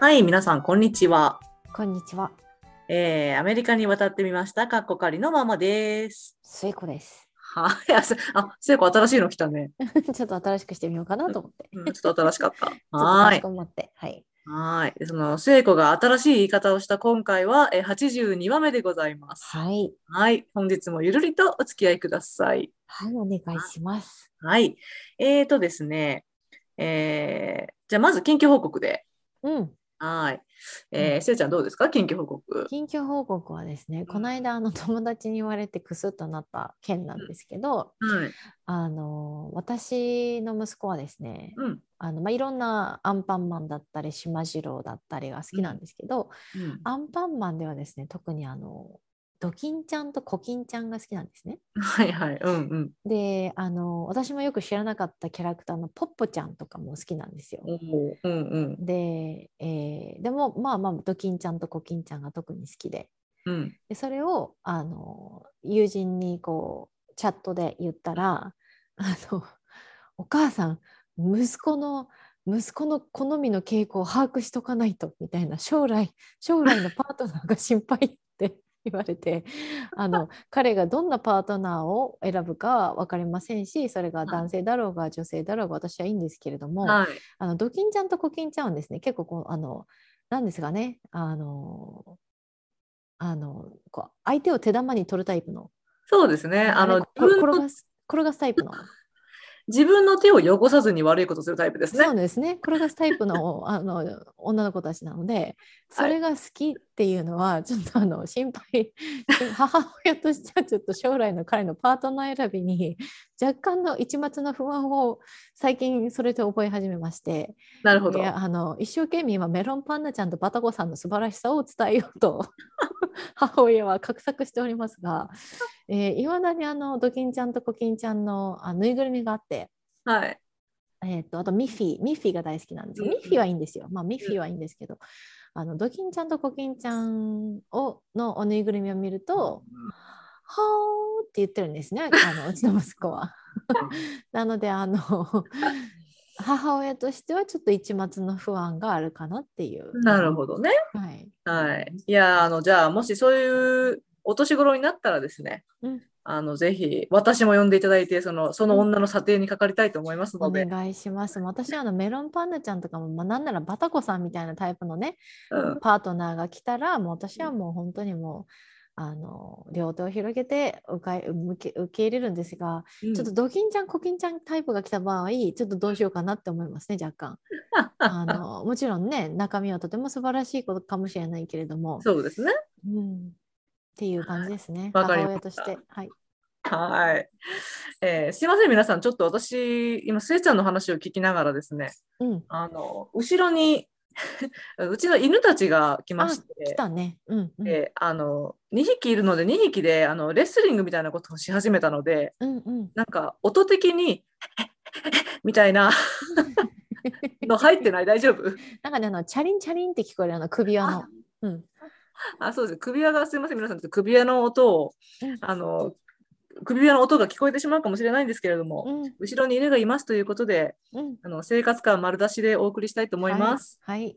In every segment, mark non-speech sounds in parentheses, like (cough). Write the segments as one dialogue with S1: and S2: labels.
S1: はい、皆さん、こんにちは。
S2: こんにちは、
S1: えーアメリカに渡ってみました、カッコカリのママです。
S2: スイコです。 (laughs)
S1: はい、あ、せあ聖子、新しいの来たね。
S2: ちょっと新しくしてみようかなと思って。
S1: うん、ちょっと新しかった。
S2: (laughs) ちょっと
S1: は
S2: か
S1: ー
S2: し
S1: い。
S2: こまって。はい。
S1: はーい。その、聖子が新しい言い方をした今回は、えー、82話目でございます。
S2: はい。
S1: はい。本日もゆるりとお付き合いください。
S2: はい、お願いします。
S1: はい。えーとですね、えー、じゃあまず近況報告で。
S2: うん。
S1: はい。え
S2: う
S1: ー、せいちゃんどうですか近況報告。
S2: 緊急報告はですね、この間、あの、友達に言われてクスッとなった件なんですけど、
S1: はい。
S2: あの、私の息子はですね、
S1: うん。
S2: あの、まあ、いろんなアンパンマンだったり、しまじろうだったりが好きなんですけど、
S1: うん、
S2: アンパンマンではですね、特にあの、ドキンちゃんとコキンちゃんが好きなんですね。
S1: はいはい。うんうん。
S2: であの私もよく知らなかったキャラクターのポッポちゃんとかも好きなんですよ。
S1: おお。うんうん。
S2: で、えーでもまあまあドキンちゃんとコキンちゃんが特に好きで
S1: うん。
S2: でそれをあの友人にこうチャットで言ったら「あのお母さん息子の息子の好みの傾向を把握しとかないと」みたいな将来将来のパートナーが心配って (laughs) 言われてあの彼がどんなパートナーを選ぶかは分かりませんしそれが男性だろうが女性だろうが私はいいんですけれども、
S1: はい。
S2: あのドキンちゃんとコキンちゃんはですね結構こうあのなんですかねあのあのこう相手を手玉に取るタイプの
S1: そうですね。あの
S2: ね
S1: 自
S2: こ転
S1: 分の
S2: がす転がすタイプの
S1: 自分の手を汚さずに悪いことするタイプですね
S2: そう。ですね転がすタイ
S1: (laughs)
S2: プのあの女の子たちなのでそれが好きっていうのはちょっとあの心配 (laughs) 母親としてはちょっと将来の彼のパートナー選びに若干の一抹の不安を最近それで覚え始めまして。
S1: なるほど
S2: い。やあの一生懸命今メロンパンナちゃんとバタコさんの素晴らしさを伝えようと (laughs) 母親は画策しておりますがいま、えー未だにあのドキンちゃんとコキンちゃんのあぬいぐるみがあって、
S1: はい。
S2: えー、とあとミッフィーミッフィーが大好きなんですよ
S1: うんうん
S2: ミッフィーはいいんですよ、まあ、ミッフィーはいいんですけどあのドキンちゃんとコキンちゃんをのおぬいぐるみを見ると「はー」って言ってるん
S1: (laughs)
S2: ですねあのうちの息子は。なのであの母親としてはちょっと一抹の不安があるかなっていう。
S1: なるほどね。
S2: はい。
S1: はい。いやあのじゃあもしそういうお年頃になったらですね。
S2: うん
S1: あのぜひ私も呼んでいただいてそのその女の査定にかかりたいと思いますの
S2: お
S1: で、
S2: 願いします。私はあのメロンパンナちゃんとかも、まあ、なんならバタコさんみたいなタイプのね、
S1: うん、
S2: パートナーが来たら、もう私はもう本当にもう、あの両手を広げて受かい受け受け入れるんですが、ちょっとドキンちゃん、コキンちゃんタイプが来た場合、ちょっとどうしようかなって思いますね、若
S1: (laughs)
S2: 干。あのもちろんね、中身はとても素晴らしいことかもしれないけれども、
S1: そうですね。
S2: うんっていう感じですね。
S1: わかりま
S2: 母親
S1: し
S2: としたて。はい。
S1: はい、えーすいません皆さんちょっと私今スエちゃんの話を聞きながらですね
S2: うん。
S1: あの後ろに (laughs) うちの犬たちが来ま
S2: あ、
S1: して
S2: 来たね。うん。うん。
S1: であの2匹いるので2匹であのレスリングみたいなことをし始めたので
S2: うん。うん。
S1: なんか音的に (laughs) みたい
S2: (laughs)
S1: なの入ってない大丈夫
S2: なんかね、あの、チャリンチャリンって聞こえる、あの、首輪の。うん。
S1: あそうです首輪がすいません皆さんちょっと首輪の音を
S2: うん
S1: あの首輪の音が聞こえてしまうかもしれないんですけれども、
S2: うん。
S1: 後ろに犬がいますということで
S2: うん。
S1: あの生活感丸出しでお送りしたいと思います。
S2: はい。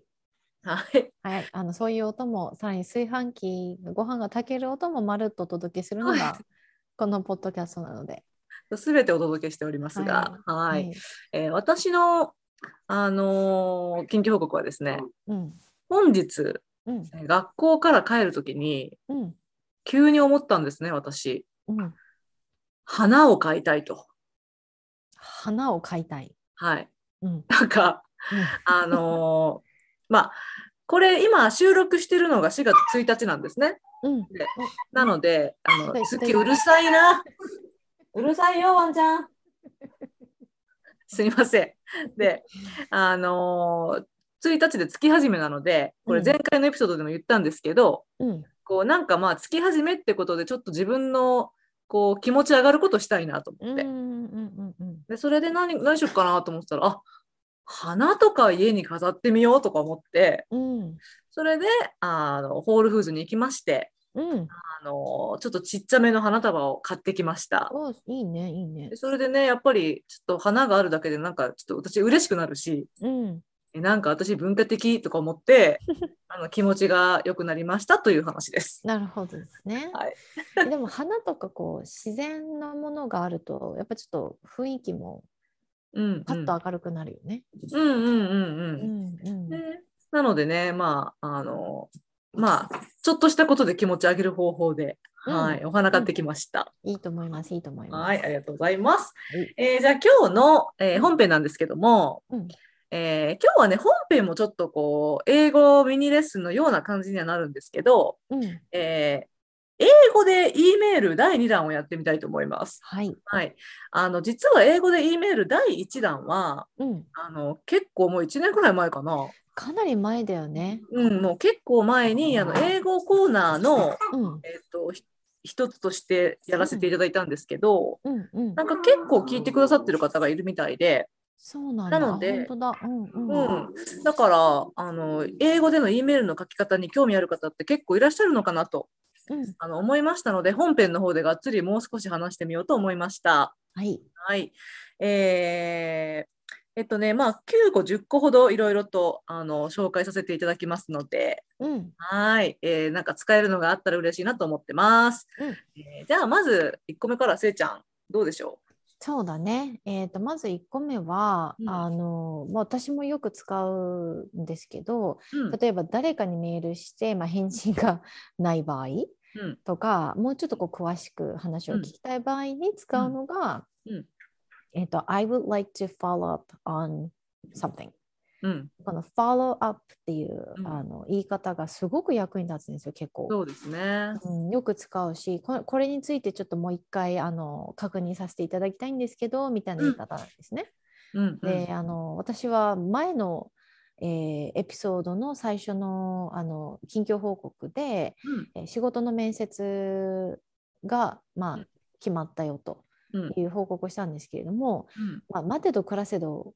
S1: はい、
S2: はい。はい。あの、そういう音も、さらに炊飯器、ご飯が炊ける音も、まるっとお届けするの
S1: は
S2: が。このポッドキャストなので。
S1: すべてお届けしておりますが、はい
S2: はい
S1: えー私の、あのー緊急報告はですね、
S2: うん。
S1: 本日、
S2: うん。
S1: 学校から帰るときに、
S2: うん。
S1: 急に思ったんですね、私。
S2: うん。
S1: 花を買いたいと。
S2: 花を買いたい。
S1: はい。 (laughs)
S2: うん。うん
S1: なんか、あのーまあ、これ今収録してるのが4月1日なんですね。
S2: うん。
S1: (laughs) なので、あの
S2: はい、
S1: 月うるさいな。 (laughs) うるさいよ、ワンちゃん。すいません。で、あのー1日で月始めなので、これ前回のエピソードでも言ったんですけど、
S2: うん。
S1: こうなんかまあ月始めってことでちょっと自分のこう気持ち上がることしたいなと
S2: う
S1: 思っ
S2: ん。
S1: て、
S2: うん。うん。
S1: でそれで何何しよっかなと思ってたらあ花とか家に飾ってみようとか思って
S2: うん。
S1: それであのホールフーズに行きまして
S2: うん。
S1: あのちょっとちっちゃめの花束を買ってきました
S2: お、いいね。いいね
S1: で。それでねやっぱりちょっと花があるだけでなんかちょっと私嬉しくなるし
S2: うん。
S1: えなんか私文化的とか思って
S2: (laughs)
S1: あの気持ちが良くなりましたという話です。
S2: なるほどですね。
S1: はい
S2: でも花とかこう自然のものがあるとやっぱちょっと雰囲気も
S1: うん、
S2: パッと明るくなるよね。
S1: うんうんうん
S2: う
S1: うん
S2: んうん
S1: ねなのでねまああのまあちょっとしたことで気持ち上げる方法で、はいお花買ってきました。
S2: いいと思いますいいと思います。
S1: はいありがとうございます
S2: はい。
S1: えーじゃあ今日の、えー本編なんですけども、
S2: うん
S1: えー今日はね本編もちょっとこう英語ミニレッスンのような感じにはなるんですけど、
S2: うん
S1: えー英語で E メール第2弾をやってみたいと思います。
S2: はい
S1: はい、あの実は英語で E メール第1弾は
S2: うん、
S1: あの結構もう1年くらい前かな、
S2: かなり前だよね。
S1: うん、もう結構前にあの英語コーナーの、
S2: うん
S1: えっとひ一つとしてやらせていただいたんですけど、
S2: うんうん
S1: な。んか結構聞いてくださってる方がいるみたいで、
S2: そうなんだ。
S1: なので
S2: 本当だ。うんうん。
S1: うん、だからあの英語での E メールの書き方に興味ある方って結構いらっしゃるのかなと
S2: うん、
S1: あの思いましたので本編の方でがっつりもう少し話してみようと思いました。
S2: はい。
S1: はい、えーえっとねまあ9個10個ほどいろいろとあの紹介させていただきますので
S2: うん
S1: はい、えーなんか使えるのがあったら嬉しいなと思ってます。
S2: うん
S1: えーじゃあまず1個目からせいちゃんどうでしょ
S2: そうだね。えーとまず1個目は、
S1: うん
S2: あのまあ私もよく使うんですけど
S1: う、うん
S2: 例えば誰かにメールして、まあ、返信がない場合
S1: うん
S2: とかもうちょっとこう詳しく話を聞きたい場合に使うのが、
S1: うんうん
S2: えーと「I would like to follow up on something」
S1: うん、
S2: この「follow up」っていう、
S1: うん
S2: あの言い方がすごく役に立つんですよ結構。
S1: そうですね。
S2: うん、よく使うしこれこれについてちょっともう一回あの確認させていただきたいんですけどみたいな言い方なんですね。
S1: うんうん
S2: であの私は前の、えーエピソードの最初のあの近況報告で、
S1: うん
S2: えー仕事の面接が、ま
S1: う
S2: あ
S1: ん、
S2: 決まったよと
S1: うん
S2: いう報告をしたんですけれども、
S1: うん
S2: まあ、待てど暮らせど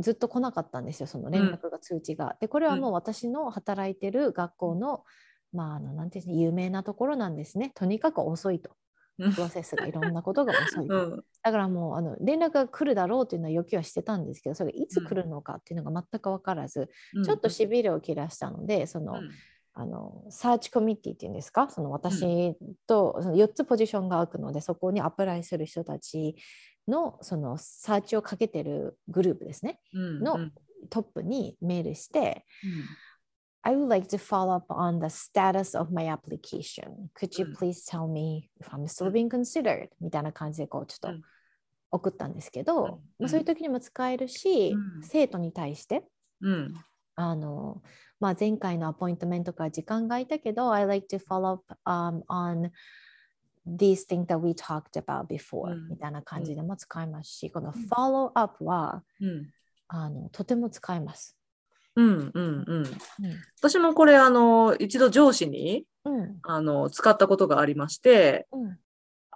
S2: ずっと来なかったんですよその連絡が通知が。でこれはもう私の働いてる学校の、まああのなんていうんですか有名なところなんですねとにかく遅いと
S1: うん
S2: プロセスがいろんなことが遅いと、
S1: (laughs) うん
S2: だからもうあの連絡が来るだろうというのは予期はしてたんですけどそれがいつ来るのかっていうのが全く分からず、
S1: うん
S2: ちょっとしびれを切らしたのでその、
S1: うん
S2: あのサーチコミッティっていうんですかその私とその4つポジションが空くのでそこにアプライする人たちのそのサーチをかけてるグループですね
S1: うん
S2: の
S1: うん
S2: トップにメールして「I would like to follow up on the status of my application. Could you
S1: うん
S2: please tell me if I'm still being considered?」みたいな感じでこうちょ
S1: う
S2: っ
S1: ん
S2: と送ったんですけど、
S1: うん
S2: まあ、そういう時にも使えるし、
S1: うん
S2: 生徒に対して
S1: うん
S2: あの、まあ、前回のアポイントメントから時間が空いたけど、I like to follow up、um, on these things that we talked about before、
S1: うん
S2: みたいな感じでも使いますし、この
S1: ん
S2: follow up は
S1: うん
S2: あのとても使います。
S1: うんうんうん
S2: う
S1: 私もこれあの一度上司に
S2: ん。うん。
S1: あの使ったことがありまして
S2: うん。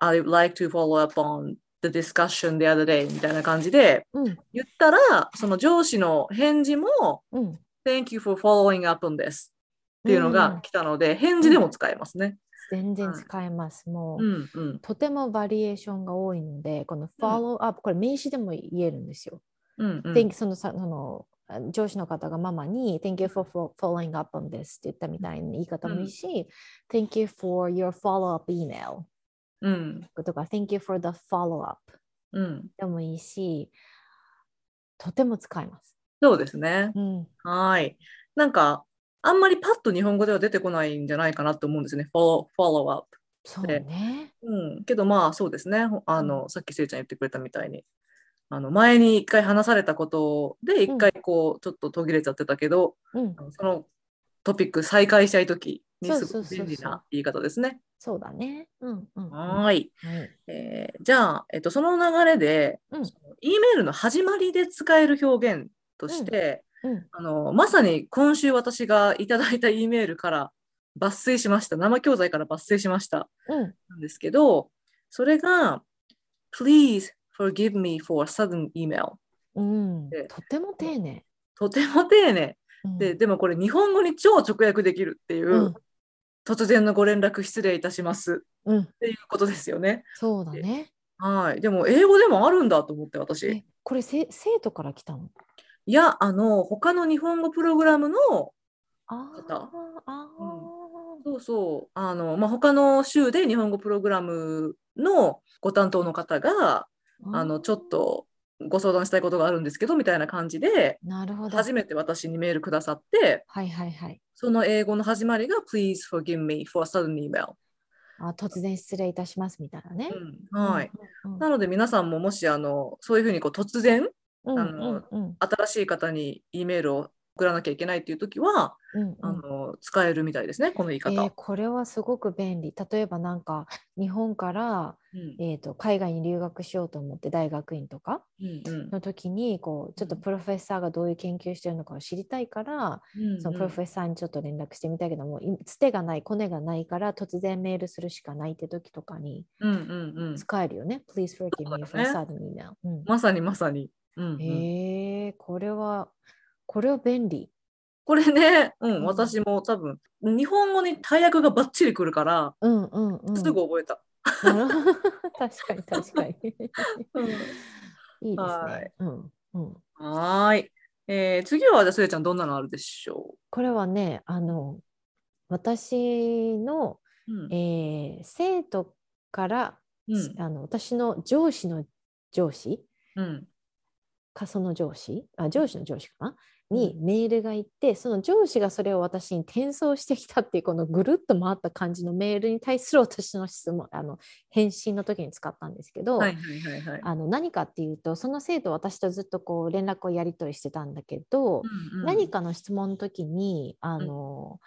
S1: I would like to follow up on the discussion the other day みたいな感じで
S2: うん。
S1: 言ったらその上司の返事も
S2: うん。素
S1: Thank you for following up on this っていうの
S2: うん
S1: が来たので、返事でも使えますね。
S2: 全然
S1: はい
S2: 使えます。もう、
S1: うんうん
S2: とてもバリエーションが多いので、この follow up、これ名詞でも言えるんですよ。
S1: うんうん
S2: Thank- そのさそのあ上司の方がママに「Thank you for fo- following up on this」って言ったみたいな言い方もいいし「Thank you for your follow-up email
S1: うん」
S2: とか「Thank you for the follow-up
S1: うん」
S2: でもいいしとても使います。
S1: そうですね。
S2: うん、
S1: はい。なんかあんまりパッと日本語では出てこないんじゃないかなと思うんですよね。follow, follow up
S2: そうね。
S1: うん、けどまあそうですねほあの、さっきせいちゃん言ってくれたみたいにあの前に一回話されたことで一回こうちょっと途切れちゃってたけど、
S2: うん、
S1: あのそのトピック再開したい時にす
S2: そ
S1: ご
S2: う
S1: く
S2: そうそうそう
S1: 便利な言い方ですね。
S2: そうだね。うんうんうん、
S1: は
S2: は
S1: ーい、
S2: い。
S1: えーじゃあ、えっと、その流れで、
S2: うん
S1: その E メールの始まりで使える表現として、
S2: うん、
S1: あのまさに今週私がいただいた E メールから抜粋しました生教材から抜粋しました。
S2: うん、
S1: なんですけど、それが、Please forgive me for sudden email。
S2: うん
S1: で
S2: とても丁寧。
S1: とても丁寧
S2: うん
S1: で、でもこれ日本語に超直訳できるっていう、
S2: うん、
S1: 突然のご連絡失礼いたします
S2: うん、
S1: っていうことですよね。
S2: そうだね。
S1: はい。でも英語でもあるんだと思って私。
S2: えこれせ生徒から来たの。
S1: いや、あの、他の日本語プログラムの、
S2: あー
S1: 方
S2: あー、
S1: そうそう、あの、まあ、他の州で日本語プログラムのご担当の方が、あの、ちょっとご相談したいことがあるんですけど、みたいな感じで、
S2: なるほど。
S1: 初めて私にメールくださって、
S2: はいはいはい。
S1: その英語の始まりが、Please forgive me for a sudden email。
S2: あ突然失礼いたしますみたいなね。
S1: うん、はい。
S2: うん。うん
S1: なので皆さんももし、あの、そういうふうにこう突然、
S2: うん
S1: あの
S2: うんうん
S1: 新しい方に E メールを送らなきゃいけないっていう時は、
S2: うんうん
S1: あの使えるみたいですね、この言い方。
S2: えーこれはすごく便利。例えばなんか日本から、
S1: うん
S2: えー、と海外に留学しようと思って大学院とか
S1: うんうん
S2: の時にこうちょっとプロフェッサーがどういう研究してるのかを知りたいから、
S1: うん
S2: そのプロフェッサーにちょっと連絡してみたいけどもいつてがないコネがないから突然メールするしかないって時とかに
S1: うんうんうん
S2: 使えるよね。Please
S1: だ
S2: forgive
S1: ね
S2: me
S1: (laughs)
S2: for suddenly now、うん
S1: まさにまさに。うんうん
S2: へえこれはこれは便利。
S1: これね、うん
S2: うん
S1: 私も多分日本語に大役がばっちりくるから、
S2: うんうんうん。
S1: すぐ覚えた。
S2: なるほど (laughs) 確かに
S1: (laughs)
S2: 確かに。いいです
S1: は
S2: ね。うんうん、
S1: はーい、えー次はじゃあすえちゃんどんなのあるでしょ
S2: これはねあの私の、
S1: う、うん
S2: えー生徒から、
S1: うん
S2: あの私の上司の上司
S1: うん
S2: かその上司あ上司の上司かな
S1: うん
S2: にメールが行ってその上司がそれを私に転送してきたっていうこのぐるっと回った感じのメールに対する私の質問あの返信の時に使ったんですけど、
S1: はいはいはいはい。
S2: あの何かっていうとその生徒私とずっとこう連絡をやり取りしてたんだけど、
S1: うんうん
S2: 何かの質問の時にあの、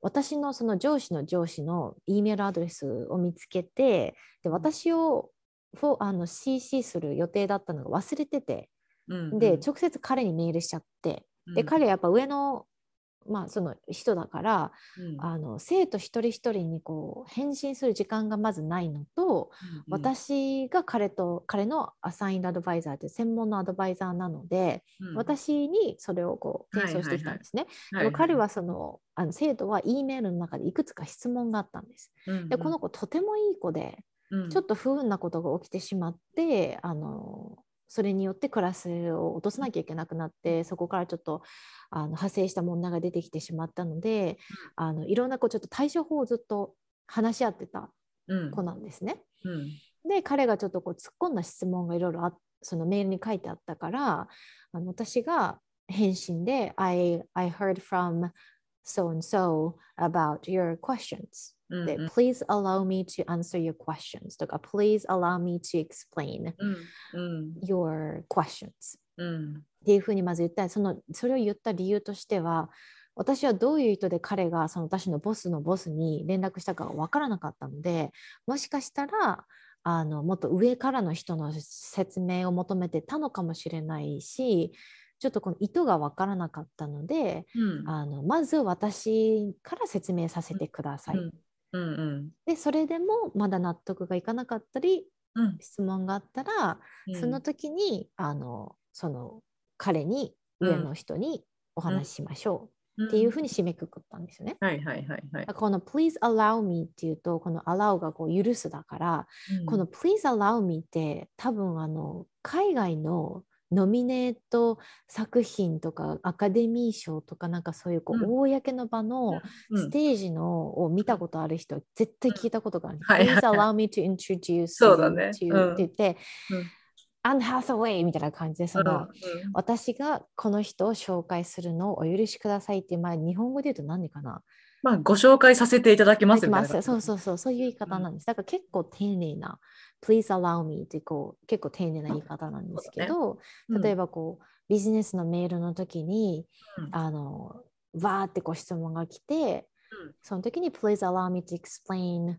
S2: 私のその上司の上司の E メールアドレスを見つけてで私をフォあの CC する予定だったのが忘れてて
S1: うんうん
S2: で直接彼にメールしちゃってで彼はやっぱ上の,、まあその人だから
S1: うん
S2: あの生徒一人一人にこう返信する時間がまずないのと、私が彼と彼のアサインドアドバイザーという専門のアドバイザーなので、私にそれをこう転送してきたんですね。でも彼、はそのあの生徒は E メールの中でいくつか質問があったんです。
S1: うんうん
S2: でこの、子とてもいい子でちょっと不運なことが起きてしまってあのそれによってクラスを落とさなきゃいけなくなってそこからちょっとあの派生した問題が出てきてしまったのであのいろんなこうちょっと対処法をずっと話し合ってた
S1: と、うん
S2: 子なんですね。
S1: うん
S2: で彼がちょっとこう突っ込んだ質問がいろいろあそのメールに書いてあったからあの私が返信で「I, I heard from so and so about your questions」
S1: うん
S2: で「Please allow me to answer your questions」とか「Please allow me to explain
S1: うん、
S2: your questions」
S1: うん、
S2: っていうふうにまず言ったそのそれを言った理由としては私はどういう意図で彼がその私のボスのボスに連絡したかが分からなかったのでもしかしたらあのもっと上からの人の説明を求めてたのかもしれないしちょっとこの意図が分からなかったので
S1: うん、
S2: あのまず私から説明させてください。
S1: うんうん、うん、
S2: でそれでもまだ納得がいかなかったり
S1: うん
S2: 質問があったら
S1: うん、
S2: その時にあのその彼に
S1: うん
S2: 上の人にお話ししましょうっていうふうに締めくくったんですよね。
S1: うん、はいはいはいはい。
S2: この please allow me っていうとこの allow がこう許すだから、この please allow me って多分あの海外のノミネート作品とかアカデミー賞とかなんかそういうこう、
S1: う
S2: 公の場の
S1: うん、
S2: ステージのを見たことある人、絶対聞いたことがある。
S1: はいはい
S2: Please allow me to introduce
S1: そうだね
S2: you
S1: うん
S2: to って言って、
S1: うん
S2: アン u n h a w a y みたいな感じで、その、私がこの人を紹介するのをお許しくださいっていう前、日本語で言うと何かな
S1: まあご紹介させていただきます
S2: でき
S1: みたい
S2: ま
S1: な。
S2: すそうそうそう、そういう言い方なんです。だから結構丁寧な、Please allow me ってこう結構丁寧な言い方なんですけど、
S1: うん
S2: 例えばこう、ビジネスのメールの時に、
S1: うん
S2: あの、わーってこう質問が来て、
S1: うん
S2: その時に Please allow me to explain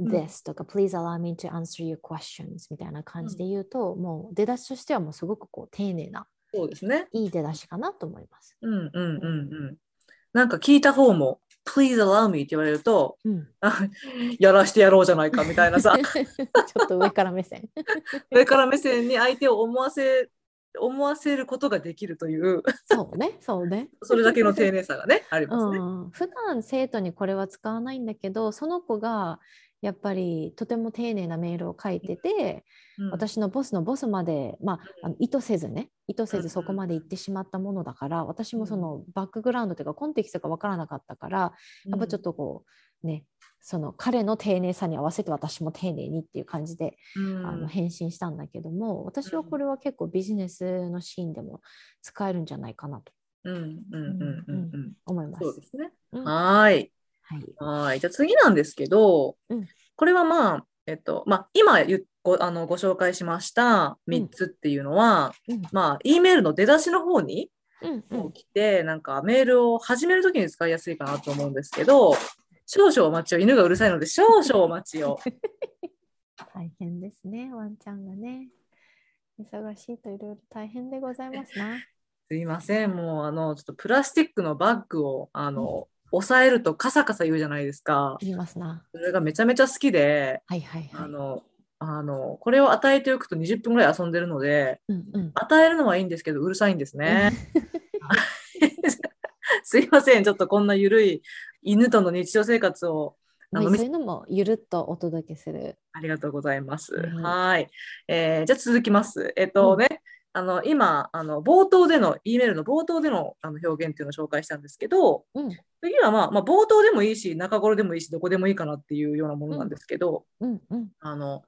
S2: this とか、Please allow me to answer your questions みたいな感じで言うと、もう出だしとしてはもうすごくこう丁寧な、
S1: そうですね。
S2: いい出だしかなと思います。
S1: うんうんうんうん。なんか聞いた方も Please allow me って言われると
S2: うん、
S1: あやらしてやろうじゃないかみたいなさ
S2: (laughs) ちょっと上から目線。
S1: 上から目線に相手を思わせ思わせることができるという
S2: そうね、そうね。
S1: それだけの
S2: (laughs)
S1: 丁寧さがねありますね。
S2: うん、普段生徒にこれは使わないんだけどその子がやっぱりとても丁寧なメールを書いてて、
S1: うん、
S2: 私のボスのボスまで、まあ、あの意図せずね意図せずそこまで行ってしまったものだから、私もそのバックグラウンドというかコンテキストが分からなかったから、やっぱちょっとこうねその彼の丁寧さに合わせて私も丁寧にっていう感じで、
S1: うん、
S2: あの返信したんだけども私はこれは結構ビジネスのシーンでも使えるんじゃないかなと
S1: うんうんうんうんうん。
S2: 思います。
S1: そうですね。
S2: うん
S1: はーい。
S2: はい
S1: はーい。じゃあ次なんですけど、
S2: うん
S1: これはまあ、えっと、まあ、今ゆごあのご紹介しました3つっていうのは、
S2: うん
S1: まあ、E メールの出だしの方に
S2: うんう
S1: こうん来て、なんかメールを始めるときに使いやすいかなと思うんですけど、少々お待ちを、犬がうるさいので少々お待ち
S2: (laughs)
S1: を。
S2: 大変ですねワンちゃんがね忙しいといろいろ大変でございます
S1: (laughs)
S2: な。
S1: すいません、もうあの、ちょっとプラスチックのバッグを、あの、押さえるとカサカサ言うじゃないですか。
S2: 言いますな。
S1: それがめちゃめちゃ好きで、
S2: はいはいは
S1: あ
S2: い。
S1: の、あの、これを与えておくと20分ぐらい遊んでるので、
S2: うんうん。
S1: 与えるのはいいんですけど、うるさいんですね。 (laughs) すいません、ちょっとこんなゆるい犬との日常生活を
S2: まあ
S1: あの
S2: そういうのもゆるっとお届けする。
S1: ありがとうございます。
S2: うん
S1: はい、えーじゃあ続きます。えっ、とね、あの今あの冒頭での E メールの冒頭でのあの表現っていうのを紹介したんですけど、
S2: うん
S1: 次はまあ、まあ、冒頭でもいいし中頃でもいいしどこでもいいかなっていうようなものなんですけど、
S2: うんうん
S1: あの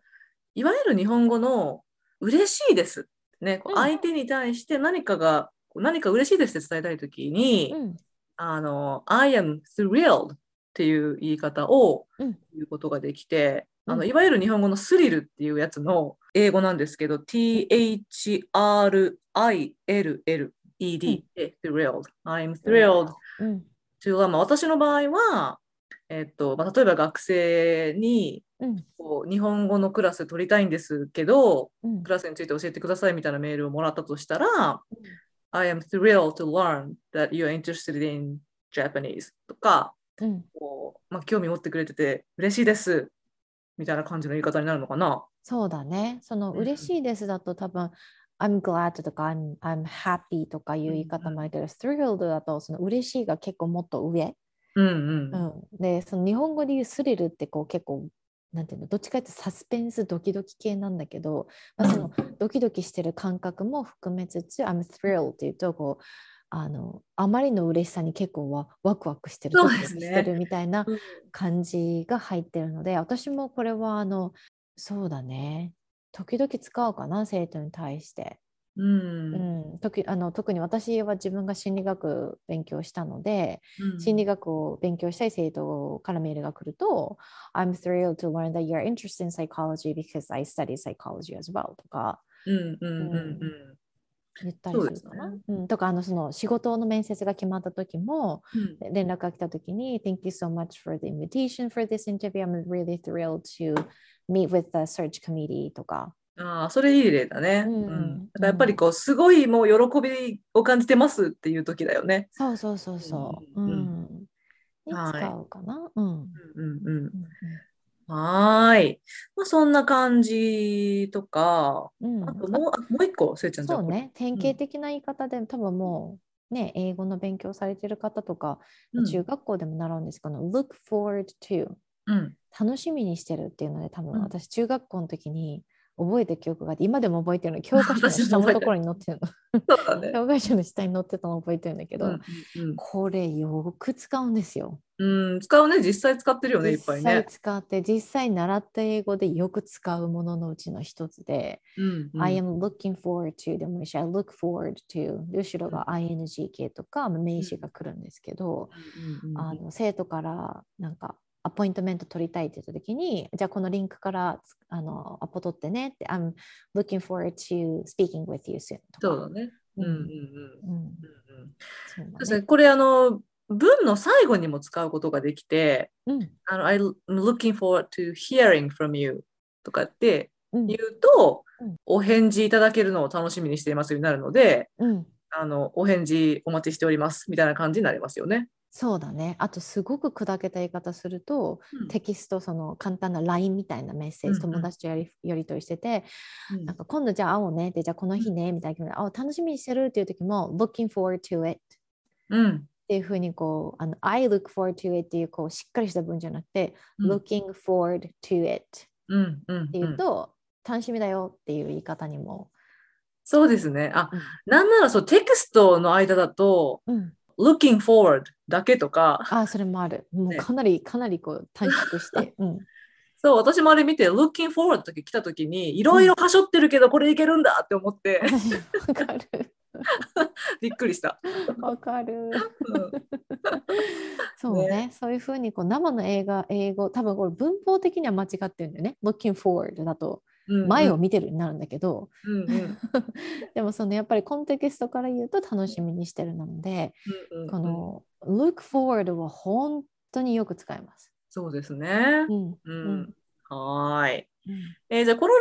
S1: いわゆる日本語の嬉しいですね、こう
S2: うん
S1: 相手に対して何かがこう何か嬉しいですって伝えたいときに、
S2: うん
S1: あの、I am thrilled っていう言い方を
S2: うん
S1: 言うことができて、あ
S2: う
S1: の
S2: ん
S1: いわゆる日本語のスリルっていうやつの英語なんですけど、THRILLED で thrilled。I'm thrilled
S2: うん
S1: というのは、まあ、私の場合は、えっとまあ、例えば学生に
S2: うん
S1: こう日本語のクラス取りたいんですけど、
S2: うん
S1: クラスについて教えてくださいみたいなメールをもらったとしたら、I am thrilled to learn that you're interested in Japanese とか、
S2: うん。
S1: こうまあ、興味持ってくれてて嬉しいですみたいな感じの言い方になるのかな。
S2: そうだね。その
S1: うん
S2: 嬉しいですだと多分 I'm glad とか I'm, I'm happy とかいう言い方もあるけど、thrilled だとその嬉しいが結構もっと上。
S1: うんうん。
S2: うん、でその日本語で言うスリルってこう結構なんていうのどっちかというとサスペンスドキドキ系なんだけど、まあ、そのドキドキしてる感覚も含めつつ「I'm thrilled」っていうとこうあのあまりの嬉しさに結構わワクワクしてる
S1: そう
S2: ドキ
S1: で
S2: ドキ
S1: すね
S2: してるみたいな
S1: うん
S2: 感じが入ってるので私もこれはあのそうだね時々使うかな生徒に対して。
S1: う
S2: うんん、特あの特に私は自分が心理学勉強したので、
S1: うん
S2: 心理学を勉強したい生徒からメールが来ると、I'm thrilled to learn that you're interested in psychology because I study psychology as well とか
S1: うんうんうん
S2: 言ったりするかな。
S1: そう
S2: うん、とかあのその仕事の面接が決まった時も
S1: うん
S2: で連絡が来た時に Thank you so much for the invitation for this interview. I'm really thrilled to meet with the search committee とか。
S1: うん。ああ、それいい例だね。
S2: うん
S1: うんだからやっぱりこう、すごいもう喜びを感じてますっていう時だよね。
S2: そうそうそうそう。
S1: う
S2: うんん。
S1: うん
S2: に
S1: はい
S2: 使うかな。うん。う
S1: う
S2: ん
S1: んうんうん。
S2: う
S1: はーい。まあ、そんな感じとか、
S2: んうん
S1: あともうあもう一個、せいちゃんじゃ
S2: そ
S1: あ
S2: う
S1: これ
S2: ね典型的な言い方で、多分もうね英語の勉強されてる方とか、
S1: うん
S2: 中学校でも習うんですけど look forward to
S1: うん。
S2: 楽しみにしてるっていうので多
S1: うん
S2: 分私中学校の時に覚えた記憶があって今でも覚えてるの教科書の
S1: (laughs) 私
S2: 下
S1: も覚
S2: の
S1: えてる
S2: ところに載ってる
S1: そうだ
S2: の (laughs)
S1: ね。
S2: 教科書の下に載ってたの覚えてるんだけど、
S1: うんうん
S2: これよく使うんですよ。
S1: うん、使うね、実際使ってるよね、いっぱ
S2: 実
S1: い
S2: 際
S1: ね。
S2: 使って実際習った英語でよく使うもののうちの一つで、
S1: うんうん
S2: I am looking forward to でもいいし、I look forward to で後ろが ing 系とか名詞が来るんですけど、
S1: うんうん
S2: あの生徒からなんかアポイントメント取りたいって言った時に、じゃあこのリンクからつあのアポ取ってねって、I'm looking forward to speaking with you soon と
S1: そう
S2: か。
S1: だね。うんうんうん
S2: うん
S1: うんうん
S2: そう
S1: そうで
S2: だ
S1: す
S2: ね
S1: ねこれ、あの、文の最後にも使うことができて、
S2: うん
S1: あの I'm looking forward to hearing from you とかって
S2: うん
S1: 言うと
S2: うん、
S1: お返事いただけるのを楽しみにしていますになるので、
S2: うん
S1: あの、お返事お待ちしておりますみたいな感じになりますよね。
S2: そうだね。あとすごく砕けた言い方すると、
S1: うん
S2: テキストその簡単な LINE みたいなメッセー
S1: うんう
S2: ジ、
S1: ん
S2: 友達とやりやり取りしてて、
S1: うん
S2: なんか今度じゃあ会おうねって、じゃあこの日ねみたいな気分で、あ楽しみにしてるっていう時も、looking forward to it
S1: うん
S2: っていうふうにこうあの I look forward to it っていうこうしっかりした文じゃなくて、
S1: うん
S2: looking forward to it っ
S1: うんうん
S2: ていうと、楽しみだよっていう言い方にも、
S1: そうですね。あ、
S2: うん
S1: なんならそうテキストの間だと
S2: うん、
S1: looking forward だけとか、
S2: あそれもあるもう
S1: ね
S2: かなりかなりこう短縮して、うん、 (laughs)
S1: そう私もあれ見て looking forward とき来た時にいろいろはしょってるけどこれいけるんだって思って
S2: 私わかる
S1: びっくりした。
S2: わか
S1: う
S2: る
S1: ん
S2: そうねそういうふうにこう生の映画英語多分これ文法的には間違ってるんだよね looking forward だと
S1: うん
S2: 前を見てるになるんだけど、
S1: うんうんうん
S2: でもそのやっぱりコンテキストから言うと楽しみにしてるなので、
S1: うんうん
S2: この look forward は本当によく使います。
S1: そうですね
S2: う。ん
S1: う
S2: うんん、
S1: はーい。
S2: うん
S1: えーじゃあこの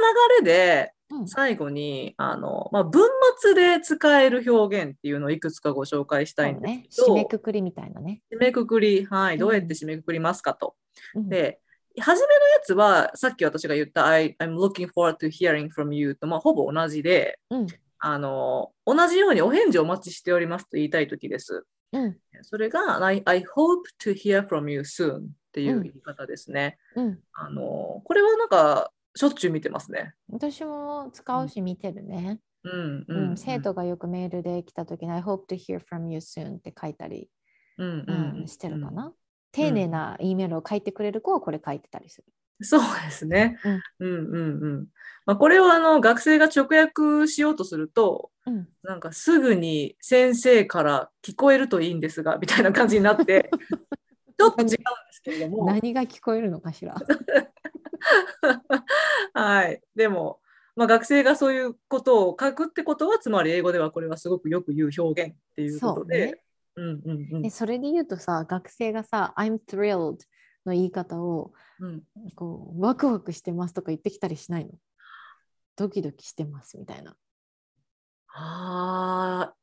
S1: 流れで
S2: うん
S1: 最後にあの、まあ、文末で使える表現っていうのをいくつかご紹介したいんで
S2: ね、
S1: すけ
S2: 締
S1: ど、
S2: めくくりみたいなね。
S1: 締めくくり、はい、
S2: ん
S1: どうやって締めくくりますかと。
S2: うん
S1: で、初めのやつはさっき私が言った I, I'm looking forward to hearing from you と、まあ、ほぼ同じで
S2: うん
S1: あの、同じようにお返事をお待ちしておりますと言いたいときです。
S2: うん
S1: それが I, I hope to hear from you soon っていう言い方ですね。
S2: うん、
S1: あのこれはなんかしょっちゅう見てますね。
S2: 私も使うし見てるね、
S1: うん
S2: うん生徒がよくメールで来た時に「I hope to hear from you soon」って書いたり、
S1: うん
S2: う
S1: うんんうん
S2: してるかな。丁寧な E メールを書いてくれる子はこれ書いてたりする。
S1: そうですね。うんうんうん。まあ、これをあの学生が直訳しようとすると、
S2: うん、
S1: なんかすぐに先生から聞こえるといいんですが、みたいな感じになって、
S2: (laughs)
S1: ちょっと違うんですけれども、
S2: 何が聞こえるの
S1: (laughs)
S2: かしら。
S1: はい。でも、まあ、学生がそういうことを書くってことは、つまり英語ではこれはすごくよく言う表現っていうことで、う,、んうん
S2: えそれで言うとさ学生がさ「I'm thrilled」の言い方を
S1: うん。うん
S2: こうワクワクしてますとか言ってきたりしないのドキドキしてますみたいな。
S1: ああ、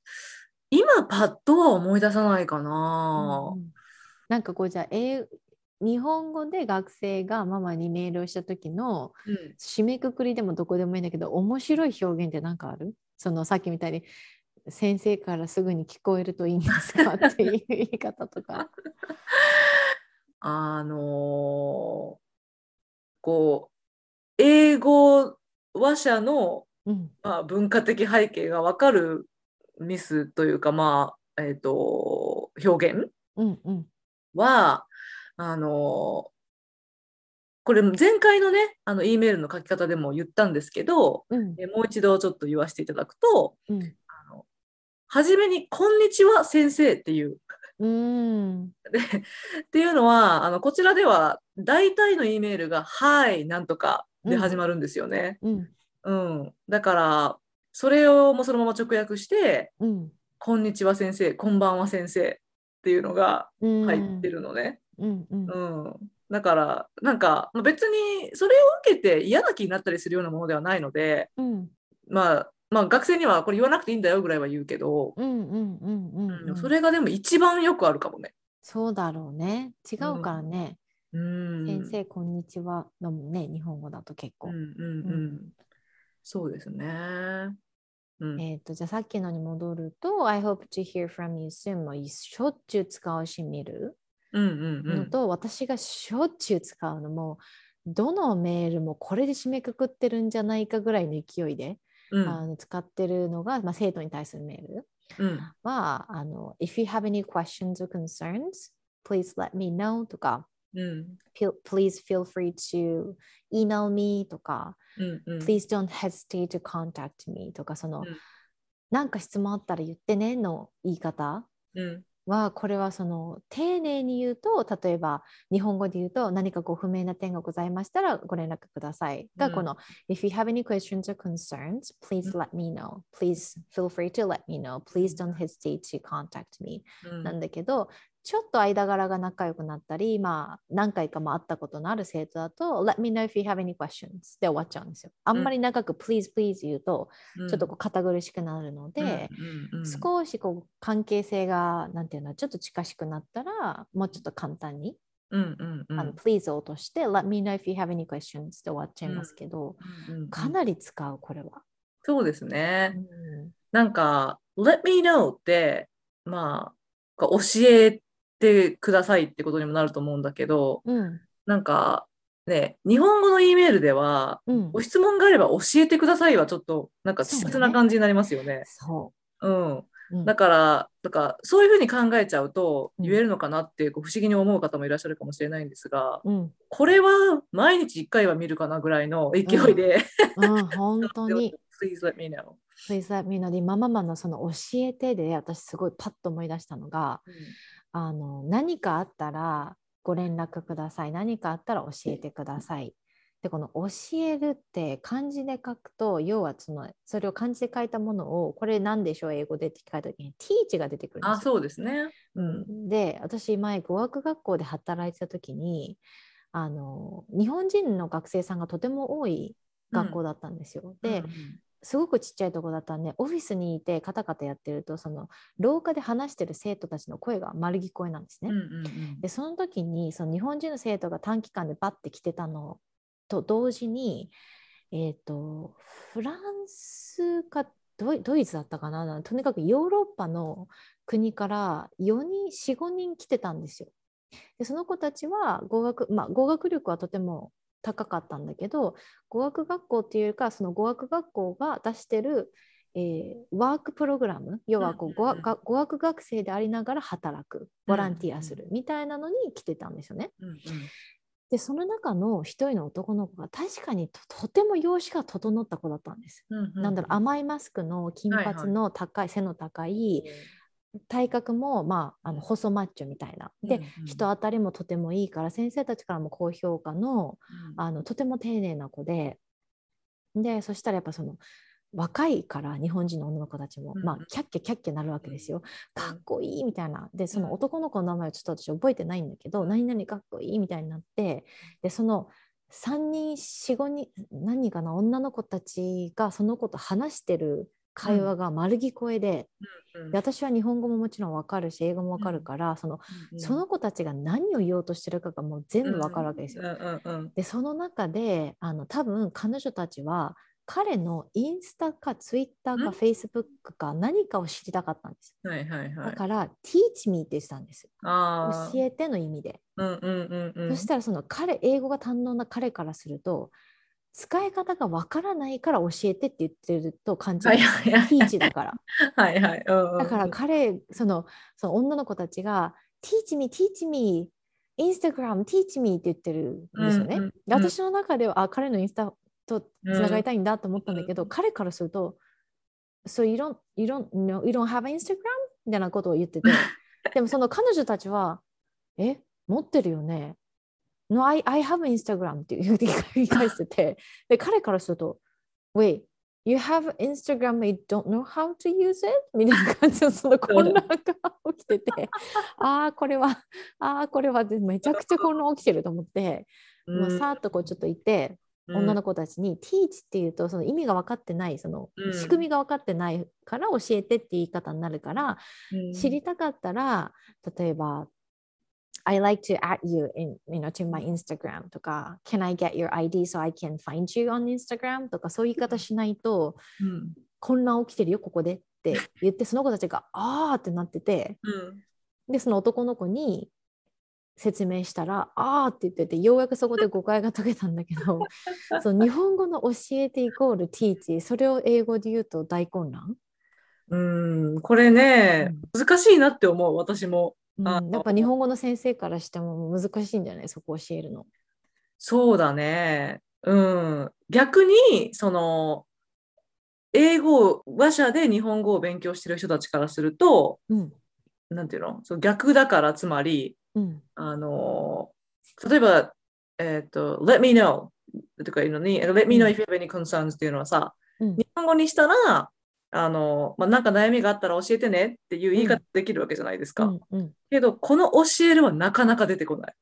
S1: 今パッとは思い出さないかな。
S2: うんうんなんかこうじゃあ英日本語で学生がママにメールをした時の
S1: うん
S2: 締めくくりでもどこでもいいんだけど面白い表現って何かあるそのさっきみたいに先生からすぐに聞こえるといいんですかっていう言い方とか。
S1: あのーこう英語話者の、
S2: うん
S1: まあ、文化的背景が分かるミスというか、まあえー、と表現
S2: うんうん
S1: はあのーこれ前回のねあの E メールの書き方でも言ったんですけど
S2: うん
S1: えもう一度ちょっと言わせていただくと
S2: うん
S1: 初めに「こんにちは先生」っていう
S2: うん
S1: でっていうのはあのこちらでは大体の E メールが「はい」なんとかで始まるんですよね。
S2: うん
S1: うんだからそれをもうそのまま直訳して
S2: うん
S1: 「こんにちは先生」「こんばんは先生」っていうのが
S2: うん
S1: 入ってるのね。
S2: うんうん
S1: うんだからなんかまあ別にそれを受けて嫌な気になったりするようなものではないので、
S2: うん
S1: まあ、まあ学生にはこれ言わなくていいんだよぐらいは言うけど、
S2: うんうんうんうん
S1: うん
S2: うん
S1: それがでも一番よくあるかもね。
S2: そうだろうね違うからね、
S1: うん、
S2: 先生こんにちはのもね日本語だと結構、
S1: うんうん
S2: う
S1: うん、そうですね。うん
S2: えっ、とじゃあさっきのに戻ると I hope to hear from you soon もしょっちゅう使うし見る
S1: うんうんう
S2: の
S1: ん
S2: と、私がしょっちゅう使うのもどのメールもこれで締めくくってるんじゃないかぐらいの勢いで、
S1: うん
S2: あの使ってるのが、まあ、生徒に対するメール
S1: うん
S2: はあの If you have any questions or concerns please let me know とか
S1: うん
S2: Pe- please feel free to email me とか、
S1: うんうん
S2: please don't hesitate to contact me とかその、
S1: うん
S2: なんか質問あったら言ってねの言い方
S1: うん
S2: はこれはその丁寧に言うと例えば日本語で言うと何かご不明な点がございましたらご連絡くださいが、
S1: うん
S2: この If you have any questions or concerns please let me know please feel free to let me know please don't hesitate to contact me
S1: うん
S2: なんだけど、ちょっと間柄が仲良くなったり、まあ、何回かも会ったことのある生徒だと、Let me know if you have any questions で終わっちゃうんですよ。あんまり長く Please, please 言うと、ちょっとこう堅苦しくなるので、
S1: うんうん
S2: 少しこう関係性が、なんていうの、ちょっと近しくなったら、もうちょっと簡単に、
S1: うんうんうん
S2: あの Please を落として、Let me know if you have any questions で終わっちゃいますけど、
S1: うんうん
S2: かなり使う、これは。
S1: そうですね
S2: う。ん
S1: なんか「Let me know」ってまあか教えてくださいってことにもなると思うんだけど、
S2: うん
S1: なんかね、日本語の E メールでは、
S2: うん
S1: ご質問があれば教えてくださいはちょっとなんか稚拙な感じになりますよね。
S2: そ
S1: うん。
S2: う、うん
S1: だから、だからそういうふうに考えちゃうと
S2: うん
S1: 言えるのかなってこう不思議に思う方もいらっしゃるかもしれないんですが、
S2: うん、
S1: これは毎日1回は見るかなぐらいの勢いで、
S2: うん、本当に
S1: Please let me know.
S2: それさみんなで今ママのその教えてで私すごいパッと思い出したのがあの何かあったらご連絡ください何かあったら教えてくださいでこの「教える」って漢字で書くと要はそのそれを漢字で書いたものをこれ何でしょう英語でって聞かれた時に「teach」が出てくるん
S1: あ、
S2: ですよ。
S1: そうですね。うん。
S2: で私前語学学校で働いてた時にあの日本人の学生さんがとても多い学校だったんですよ。で、すごくちっちゃいとこだったんでオフィスにいてカタカタやってるとその廊下で話してる生徒たちの声が丸聞こえなんです
S1: う
S2: ね。
S1: ん、うんうんうん
S2: でその時にその日本人の生徒が短期間でバッて来てたのと同時に、えー、とフランスかドイドイツだったかなとにかくヨーロッパの国から4人45人来てたんですよ。でその子たちは語学,、まあ、語学力はとても高かったんだけど語学学校っていうよりかその語学学校が出してる、えーワークプログラム要はこ
S1: うん
S2: う
S1: う
S2: 語
S1: んうん
S2: 学語学学生でありながら働くボランティアするみたいなのに来てたんですよね。
S1: うんうん
S2: でその中の一人の男の子が確かにととても容姿が整った子だったんです。
S1: うんうん
S2: なんだろう甘いマスクの金
S1: はいはい
S2: 髪の高い、背の高い体格も、まあ、あの細マッチョみたいな。で、
S1: うんうん
S2: 人当たりもとてもいいから先生たちからも高評価の
S1: うん
S2: あのとても丁寧な子ででそしたらやっぱその若いから日本人の女の子たちも、
S1: うんうん
S2: まあキャッキャキャッキャなるわけですよ、
S1: うん
S2: かっこいいみたいなでそ
S1: うん
S2: の男の子の名前をちょっと私覚えてないんだけど、何々かっこいいみたいになってでその3人45人何人かな女の子たちがその子と話してる会話が丸聞こえで,、
S1: うん
S2: で私は日本語ももちろんわかるし英語もわかるから、その
S1: うん
S2: その子たちが何を言おうとしてるかがもう全部わかるわけですよ。
S1: うんうんうん
S2: でその中であの多分彼女たちは彼のインスタかツイッター
S1: うん
S2: かフェイスブックか何かを知りたかったんです。
S1: はいはいは
S2: だ
S1: い。
S2: から「teach me」って言ってたんです。
S1: ああ。
S2: 教えての意味で。
S1: うんうんうんうん。
S2: そしたらその彼英語が堪能な彼からすると使い方がわからないから教えてって言ってると感じるんです
S1: はいは
S2: ね。
S1: いはい
S2: teach だから。
S1: はいはい。 (laughs) うんうん
S2: だから彼そのその女の子たちが「teach me teach me インスタグラム teach me」って言ってるんですよね。
S1: うんうん
S2: で私の中ではあ彼のインスタとつながりたいんだと思ったんだけど、彼からすると「So you don't, you don't, no, you don't have an Instagram?」みたいなことを言 (laughs) っててでもその彼女たちは「え持ってるよね?」No, I, I have an Instagram って言う言い返しててで彼からすると「Wait, You have Instagram, but you don't know how to use it? みたいな感じのその混乱が起きてて、 (laughs) ああ、これは、ああ、これはでめちゃくちゃ混乱起きてると思って、まあ、さーっとこうちょっといて、女の子たちに teach っていうとその意味が分かってない、その
S1: うん
S2: 仕組みが分かってないから教えてって言い方になるから、知りたかったら、例えば、I like to add you in, you know, to my Instagram とか、Can I get your ID so I can find you on Instagram とか、そういう言い方しないと、
S1: うん。うん
S2: 混乱起きてるよここでって言ってその子たちが「ああ」ってなってて
S1: うん
S2: でその男の子に説明したら「ああ」って言っててようやくそこで誤解が解けたんだけ
S1: (laughs)
S2: どその日本語の教えてイコール teach それを英語で言うと大混乱、
S1: うん、これね、難しいなって思う、私も。
S2: うん
S1: あ
S2: やっぱ日本語の先生からしても難しいんじゃないそこ教えるの。
S1: そうだね。うん。逆に、その、英語話者で日本語を勉強してる人たちからすると、
S2: うん
S1: なんていうのその逆だから、つまり、
S2: うん
S1: あの、例えば、えっ、と、let me know とかいうのに、let me know if you have any concerns っていうのはさ、
S2: うん
S1: 日本語にしたら、あの、まあ、なんか悩みがあったら教えてねっていう言い方できるわけじゃないです
S2: う
S1: か。
S2: んうん、
S1: けど、この教えるはなかなか出てこない。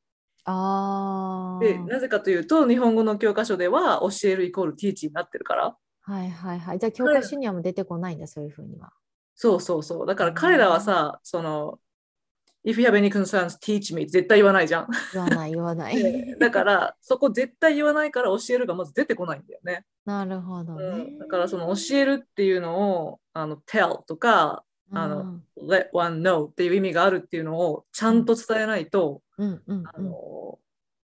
S2: あ
S1: で、
S2: あ
S1: なぜかというと、日本語の教科書では教えるイコールティーチになってるから。
S2: はいはいはいじゃあ教科書にはもう出てこないんだそういうふうには。
S1: そうそうそう。だから彼らはさ、その、if you have any concerns, teach me 絶対言わないじゃん。 (laughs)
S2: 言わない言わない。
S1: だから、そこ絶対言わないから教えるがまず出てこないんだよね。
S2: (laughs) なるほど
S1: う
S2: ね
S1: ん、。だからその教えるっていうのをあの tell とかあの、let one know っていう意味があるっていうのをちゃんと伝えないと、
S2: うんうん
S1: あ
S2: う
S1: の
S2: ん、
S1: も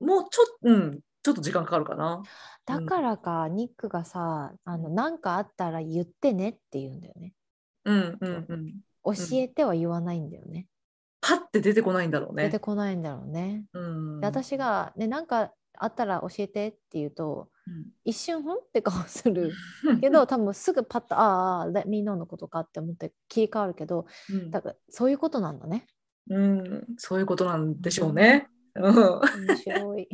S1: うちょ,、うん、ちょっと時間かかるかな。
S2: だからか、ニックがさあの何かあったら言ってねって言うんだよね
S1: うんうんうん。
S2: 教えては言わないんだよね、
S1: パッて出てこないんだろうね。
S2: 出てこないんだろうね、
S1: うん、
S2: で私が、ね、何かあったら教えてって言うと一瞬ふんって顔す
S1: (laughs)
S2: る
S1: うん、
S2: けど多分すぐパッと「あーあー let me know」のことかって思って切り替わるけど
S1: うん
S2: だからそういうことなんだね
S1: うん、そういうことなんでしょうね。うん
S2: 面白い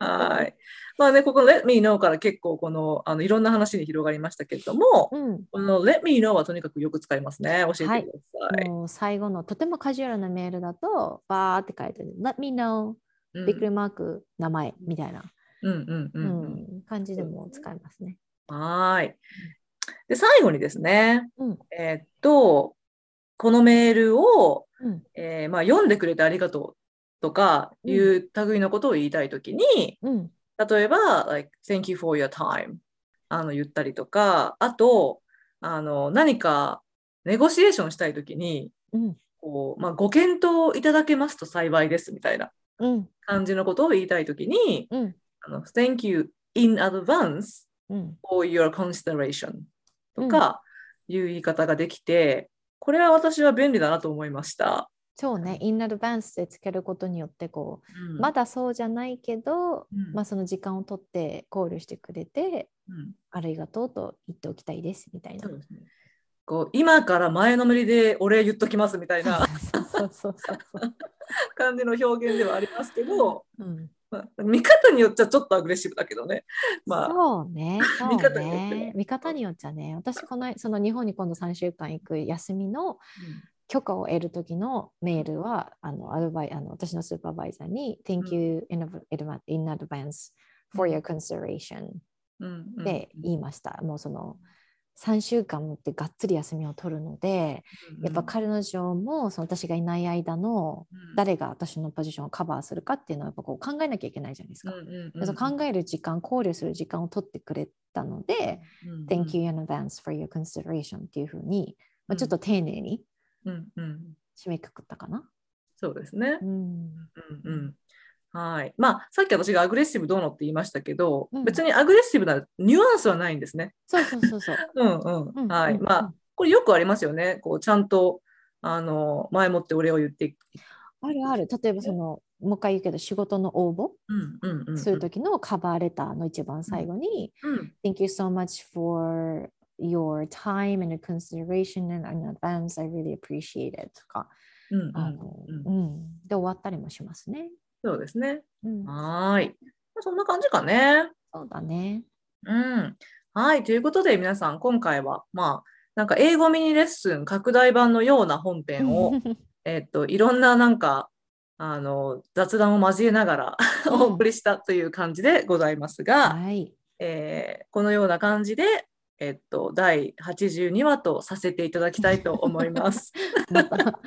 S1: はい。まあね、ここ Let me know から結構このあのいろんな話に広がりましたけれども、
S2: うん
S1: この Let me know はとにかくよく使いますね。教えてください。
S2: もう最後のとてもカジュアルなメールだとバーって書いてある「let me know」
S1: うん
S2: びっくりマーク名前みたいな、
S1: うんうん
S2: う
S1: うんんうん。
S2: 感じでも使えますね。
S1: はい。で、最後にですね、
S2: うん
S1: えーっと、このメールを、
S2: うん
S1: えーまあ、読んでくれてありがとうとかいう類のことを言いたいときに、
S2: うん
S1: 例えば、like, thank you for your time あの言ったりとか、あと、あの何かネゴシエーションしたいときに、
S2: うん
S1: こうまあ、ご検討いただけますと幸いですみたいな
S2: うん
S1: 感じのことを言いたいときに、
S2: うん
S1: あの Thank you in advance
S2: うん、
S1: for your consideration とかいう言い方ができて、これは私は便利だなと思いました。
S2: そうね、インナルバンスでつけることによってこう、
S1: うん
S2: まだそうじゃないけど、
S1: うん
S2: まあ、その時間を取って考慮してくれて
S1: うん
S2: ありがとうと言っておきたいですみたいな。
S1: そうですねこう今から前のめりでお礼言っときますみたいな
S2: そうそうそうそう。
S1: 感じの表現ではありますけど、
S2: うん、
S1: まあ、見方によっちゃちょっとアグレッシブだけどね。 (laughs) まあ、
S2: そうね、そう
S1: 見方によって
S2: ね
S1: は。
S2: 見方によっちゃね、私このその日本に今度3週間行く休みの許可を得る時のメールはあのアドバイあの私のスーパーバイザーに「Thank you in av- in ad- in advance for your consideration
S1: うんうん」うん
S2: で言いました。もうその3週間もってがっつり休みを取るのでやっぱ彼女もその私がいない間の
S1: うん
S2: 誰が私のポジションをカバーするかっていうのをやっぱこう考えなきゃいけないじゃないです
S1: う
S2: か。
S1: んうん
S2: でその考える時間考慮する時間を取ってくれたので
S1: うんうん
S2: 「Thank you in advance for your consideration」っていうふうに、まあ、ちょっと丁寧に
S1: うんうん
S2: 締めくくったかな。
S1: そうですね
S2: う。ん
S1: うんうんはいまあ、さっき私がアグレッシブどうのって言いましたけど、
S2: うん
S1: 別にアグレッシブなニュアンスはないんですね。
S2: そうそうそうそう。
S1: (laughs) うんうん
S2: うん
S1: はい
S2: うん
S1: まあ、これよくありますよね。こうちゃんとあの前もってお礼を言って、
S2: あるある。例えばその、もう一回言うけど、仕事の応募
S1: うんうんうんうん
S2: するときのカバーレターの一番最後に、
S1: うん、
S2: Thank you so much for your time and your consideration and in advance. I really appreciate it. とか、
S1: うんうん
S2: あの、
S1: うん
S2: うん。で、終わったりもしますね。
S1: そうですね。
S2: うん、
S1: はーい。まあそんな感じかね。
S2: そうだね。
S1: うん。はい。ということで、皆さん、今回は、まあ、なんか英語ミニレッスン拡大版のような本編を、えっと、いろんななんか、あの、雑談を交えながら (laughs)
S2: うん
S1: お送りしたという感じでございますが、
S2: はい。
S1: えーこのような感じで、えっと、第82話とさせていただきたいと思います。
S2: (laughs) また、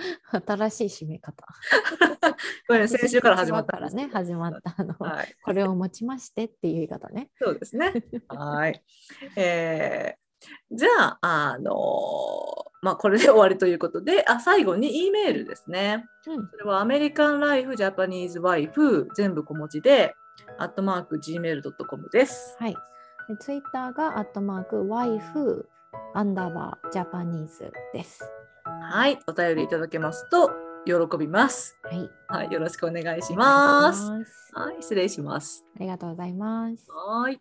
S2: 新しい締め方。
S1: これ、ね、先週から始まった
S2: から (laughs) ね、始まった。あの、
S1: はい。
S2: これをもちましてっていう言い方ね。
S1: そうですね。はい。えーじゃあ、あのーまあ、これで終わりということで、あ、最後に E メールですね。
S2: うん。
S1: それはアメリカンライフジャパニーズワイフ全部小文字で、アットマーク gmail.com です。
S2: はい。で、ツイッターがアットマーク、ワイフ、アンダーバー、ジャパニーズです。
S1: はい。お便りいただけますと喜びます。
S2: はい。
S1: はい。よろしくお願いし
S2: お願
S1: ま
S2: いし
S1: す。
S2: ます
S1: はい。失礼します。
S2: ありがとうございます。
S1: はい。